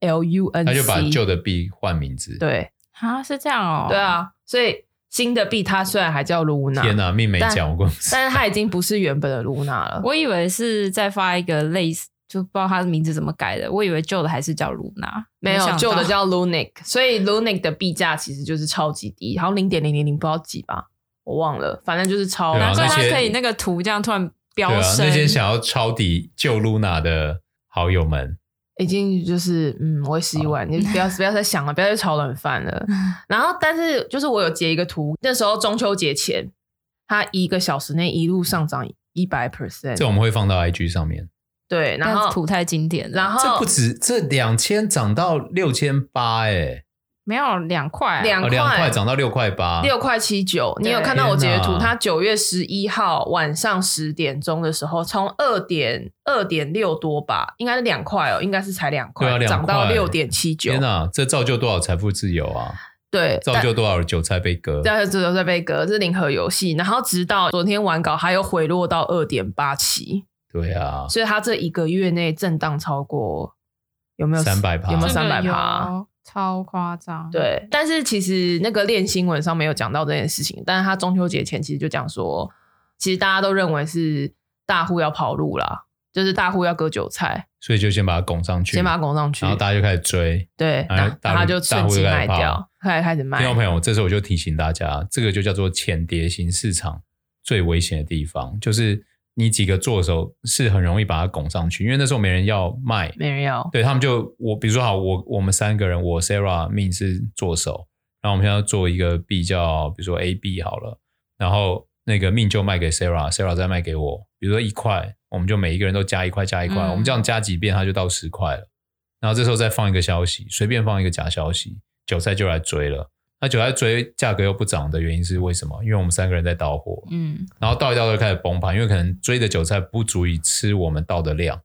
Speaker 1: Lunic，L U N，
Speaker 3: 他
Speaker 1: C，
Speaker 3: 就把旧的币换名字。
Speaker 1: 对
Speaker 2: 啊，是这样哦。
Speaker 1: 对，啊，所以新的币它虽然还叫 Luna，
Speaker 3: 天哪、命没
Speaker 1: 但
Speaker 3: 讲，我根本
Speaker 1: 但是它已经不是原本的 Luna 了。
Speaker 2: 我以为是再发一个类似，就不知道他的名字怎么改的。我以为旧的还是叫露娜，
Speaker 1: 没有
Speaker 2: 想到
Speaker 1: 旧的叫 Lunic，所以 Lunic 的币价其实就是超级低，好像零点零零零不知道几吧，我忘了，反正就是超。
Speaker 3: 对啊
Speaker 2: 难怪
Speaker 3: 那
Speaker 2: 他
Speaker 3: 些
Speaker 2: 可以那个图这样突然飙
Speaker 3: 对啊，
Speaker 2: 升。
Speaker 3: 那些 想要抄底旧 Luna 的好友们，
Speaker 1: 已经就是嗯，我也洗碗，你不要不要再想了，不要再炒冷饭了。然后，但是就是我有截一个图，那时候中秋节前，它一个小时内一路上涨一百
Speaker 3: 这
Speaker 1: percent，
Speaker 3: 我们会放到 IG 上面。
Speaker 1: 对，然
Speaker 2: 但是
Speaker 1: 后
Speaker 2: 图太经典了，
Speaker 1: 然
Speaker 3: 这
Speaker 1: 后
Speaker 3: 不止，这两千涨到六千八，哎，
Speaker 2: 没有两块、啊，
Speaker 1: 两
Speaker 3: 哦，两块涨到六块八，
Speaker 1: 六块七九，你
Speaker 2: 对
Speaker 1: 有看到我截的
Speaker 3: 天
Speaker 1: 图？
Speaker 3: 哪
Speaker 1: 它九月十一号晚上十点钟的时候，从二点二点六多吧，应该是两块哦，应该是才两
Speaker 3: 对啊
Speaker 1: 块，
Speaker 3: 两
Speaker 1: 涨到
Speaker 3: 块
Speaker 1: 六点七九
Speaker 3: 天，哪、这造就多少财富自由啊？
Speaker 1: 对，
Speaker 3: 造就多少韭菜被割？
Speaker 1: 但是都在被割，这是零和游戏。然后直到昨天完稿，还有回落到二点八七，
Speaker 3: 对啊，
Speaker 1: 所以它这一个月内震荡超过有没有
Speaker 3: 300%
Speaker 1: 有没有
Speaker 2: 真
Speaker 1: 三
Speaker 2: 的
Speaker 1: 百
Speaker 2: 有哦
Speaker 1: 趴？
Speaker 2: 超夸张。，
Speaker 1: 对，但是其实那个练新闻上没有讲到这件事情，但是他中秋节前其实就讲说，其实大家都认为是大户要跑路啦，就是大户要割韭菜，
Speaker 3: 所以就先把它拱上去，
Speaker 1: 先把它拱上去
Speaker 3: 然，后大家就开始追。
Speaker 1: 对，
Speaker 3: 哎
Speaker 1: 然后
Speaker 3: 大户
Speaker 1: 他就
Speaker 3: 大
Speaker 1: 趁
Speaker 3: 户就
Speaker 1: 机
Speaker 3: 开
Speaker 1: 卖
Speaker 3: 始跑
Speaker 1: 掉，开开始卖
Speaker 3: 听。众朋友，这时候我就提醒大家，这个就叫做浅碟型市场最危险的地方，就是你几个做手是很容易把它拱上去，因为那时候没人要卖，
Speaker 1: 没人要，
Speaker 3: 对他们就我比如说好，我我们三个人，我 Sarah、Min 是做手，然后我们现在要做一个 B 叫，比如说 A B 好了，然后那个 Min 就卖给 Sarah，Sarah 再卖给我，比如说一块，我们就每一个人都加一块加一块，
Speaker 2: 嗯
Speaker 3: 我们这样加几遍，它就到十块了。然后这时候再放一个消息，随便放一个假消息，韭菜就来追了。那韭菜追价格又不涨的原因是为什么？因为我们三个人在倒货，
Speaker 2: 嗯，
Speaker 3: 然后倒一倒就开始崩盘，因为可能追的韭菜不足以吃我们倒的量，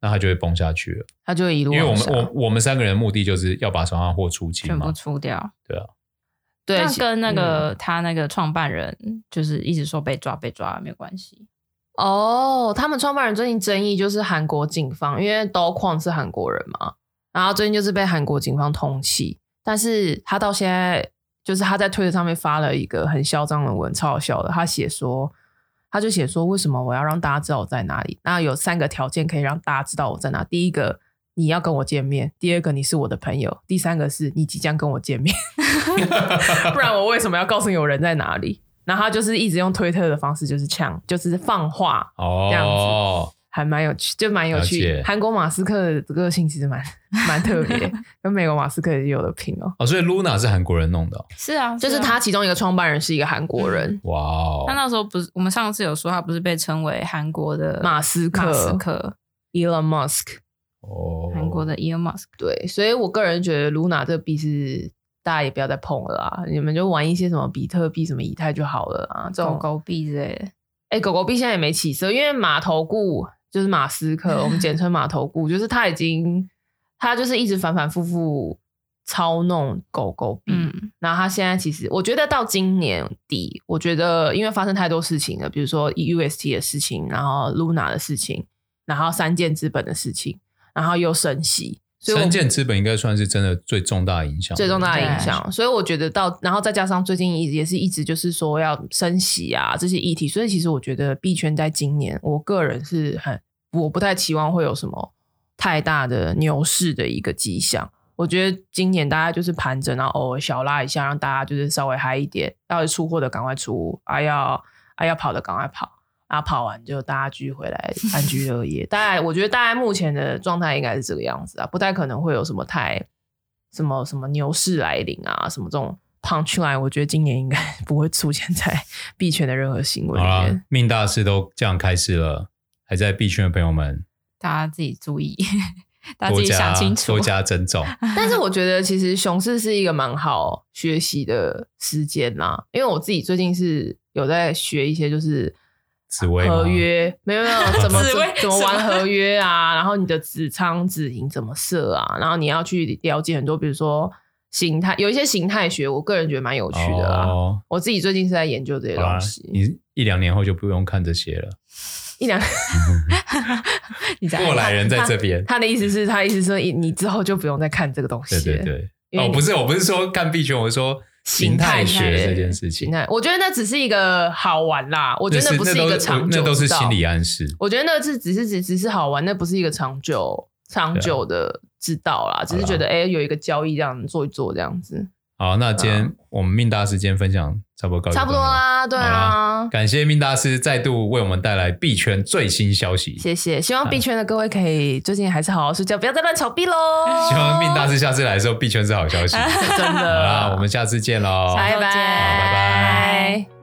Speaker 3: 那它就会崩下去了。
Speaker 1: 他就一路
Speaker 3: 因为我
Speaker 1: 往
Speaker 3: 们
Speaker 1: 下
Speaker 3: 我我们三个人的目的就是要把手上的货出清
Speaker 2: 全部
Speaker 3: 嘛，
Speaker 2: 出掉。
Speaker 3: 啊
Speaker 1: 对嗯
Speaker 2: 那跟那个、他那个创办人，就是一直说被抓被抓没有关系。
Speaker 1: 嗯哦，他们创办人最近争议就是韩国警方，因为刀矿是韩国人嘛，然后最近就是被韩国警方通缉，但是他到现在就是他在推特上面发了一个很嚣张的文，超好笑的，他写说。他就写说，为什么我要让大家知道我在哪里？那有三个条件可以让大家知道我在哪。第一个，你要跟我见面；第二个，你是我的朋友；第三个是你即将跟我见面。 不然我为什么要告诉你我人在哪里？然后他就是一直用推特的方式，就是呛，就是放话，这样
Speaker 3: 哦
Speaker 1: 子，还蛮有趣，就蛮有
Speaker 3: 了
Speaker 1: 趣
Speaker 3: 解。
Speaker 1: 韩国马斯克的个性其实蛮蛮特别， 跟美国马斯克也有的拼哦。
Speaker 3: 哦，所以 Luna 是韩国人弄的哦，
Speaker 2: 是啊，
Speaker 1: 就是
Speaker 2: 啊嗯
Speaker 1: 他其中一个创办人是一个韩国人，
Speaker 3: 哇哦
Speaker 2: 他，那时候不是我们上次有说他不是被称为韩国的
Speaker 1: 马斯克
Speaker 2: 马斯克，
Speaker 1: Elon Musk。
Speaker 3: 哦，
Speaker 2: 韩国的 Elon Musk。
Speaker 1: 对，所以我个人觉得 Luna 这个币是大家也不要再碰了啦，你们就玩一些什么比特币、什么以太就好了啊。这
Speaker 2: 狗
Speaker 1: 种
Speaker 2: 狗币之类的，
Speaker 1: 哎、狗狗币现在也没起色，因为马头顾就是马斯克，我们简称马头顾，就是他已经他就是一直反反复复操弄狗狗币，
Speaker 2: 嗯，
Speaker 1: 然后他现在其实，我觉得到今年底，我觉得因为发生太多事情了，比如说 UST 的事情，然后 Luna 的事情，然后三箭资本的事情，然后又升息，所以我
Speaker 3: 三箭资本应该算是真的最重大的影响，
Speaker 1: 最重大的
Speaker 2: 对
Speaker 1: 影响。所以我觉得到，然后再加上最近一直也是一直就是说要升息啊这些议题，所以其实我觉得币圈在今年，我个人是很我不太期望会有什么太大的牛市的一个迹象。我觉得今年大家就是盘着，然后偶尔小拉一下，让大家就是稍微嗨一点。要出货的赶快出，啊要啊要跑的赶快跑，啊跑完就大家聚回来安居乐业。大概我觉得大概目前的状态应该是这个样子啊，不太可能会有什么太什么什么牛市来临啊，什么这种 punchline。我觉得今年应该 不会出现在 币圈的任何新闻
Speaker 3: 好
Speaker 1: 里面
Speaker 3: 啦。，命大事都这样开始了，还在币圈的朋友们
Speaker 2: 大家自己注意， 大家
Speaker 3: 多
Speaker 2: 自己
Speaker 3: 加
Speaker 2: 想清楚
Speaker 3: 多。加 珍重，
Speaker 1: 但是我觉得其实熊市是一个蛮好学习的时间啦，因为我自己最近是有在学一些就是
Speaker 3: 紫薇吗
Speaker 1: 合约，没有没有怎么
Speaker 2: 紫薇
Speaker 1: 怎么
Speaker 2: 什么
Speaker 1: 玩合约啊， 然后你的子仓子盈怎么设啊，然后你要去了解很多，比如说形态，有一些形态学，我个人觉得蛮有趣的啦。
Speaker 3: 哦
Speaker 1: 我自己最近是在研究这些
Speaker 3: 好啦
Speaker 1: 东西，
Speaker 3: 你一两年后就不用看 这些了，
Speaker 1: 一两，
Speaker 2: 你在
Speaker 3: 过来人在这边
Speaker 1: 他的意思是，他的意思是你你之后就不用再看这个东西
Speaker 3: 对
Speaker 1: 了。
Speaker 3: 对对。
Speaker 1: 因为
Speaker 3: 哦，
Speaker 1: 你
Speaker 3: 不是，我不是说看币圈，我是说形态
Speaker 1: 形态
Speaker 3: 学
Speaker 1: 学
Speaker 3: 这件事情
Speaker 1: 形。态，我觉得那只是一个好玩啦，我
Speaker 3: 我
Speaker 1: 觉得那不
Speaker 3: 是
Speaker 1: 是一个长久
Speaker 3: 那都是
Speaker 1: 之道
Speaker 3: 心理啊暗示。
Speaker 1: 我觉得那是只是只只是好玩，那不是一个长久长
Speaker 3: 啊
Speaker 1: 久的之道啦，只是觉得哎、诶有一个交易这样做一做这样子，
Speaker 3: 好，那今天我们命大师今天分享差不多告一
Speaker 1: 啊差不多
Speaker 3: 段落。
Speaker 1: 啦，对
Speaker 3: 好
Speaker 1: 啊
Speaker 3: 啦，感谢命大师再度为我们带来币圈最新消息。
Speaker 1: 谢谢，希望币圈的各位可以最近还是好好睡觉，不要再乱炒币喽，
Speaker 3: 希望命大师下次来 的时候，币圈是好消息。好
Speaker 1: 真的，
Speaker 3: 啦，我们下次见喽。
Speaker 2: 下
Speaker 1: 拜
Speaker 2: 周见
Speaker 1: 拜
Speaker 3: 拜
Speaker 2: 拜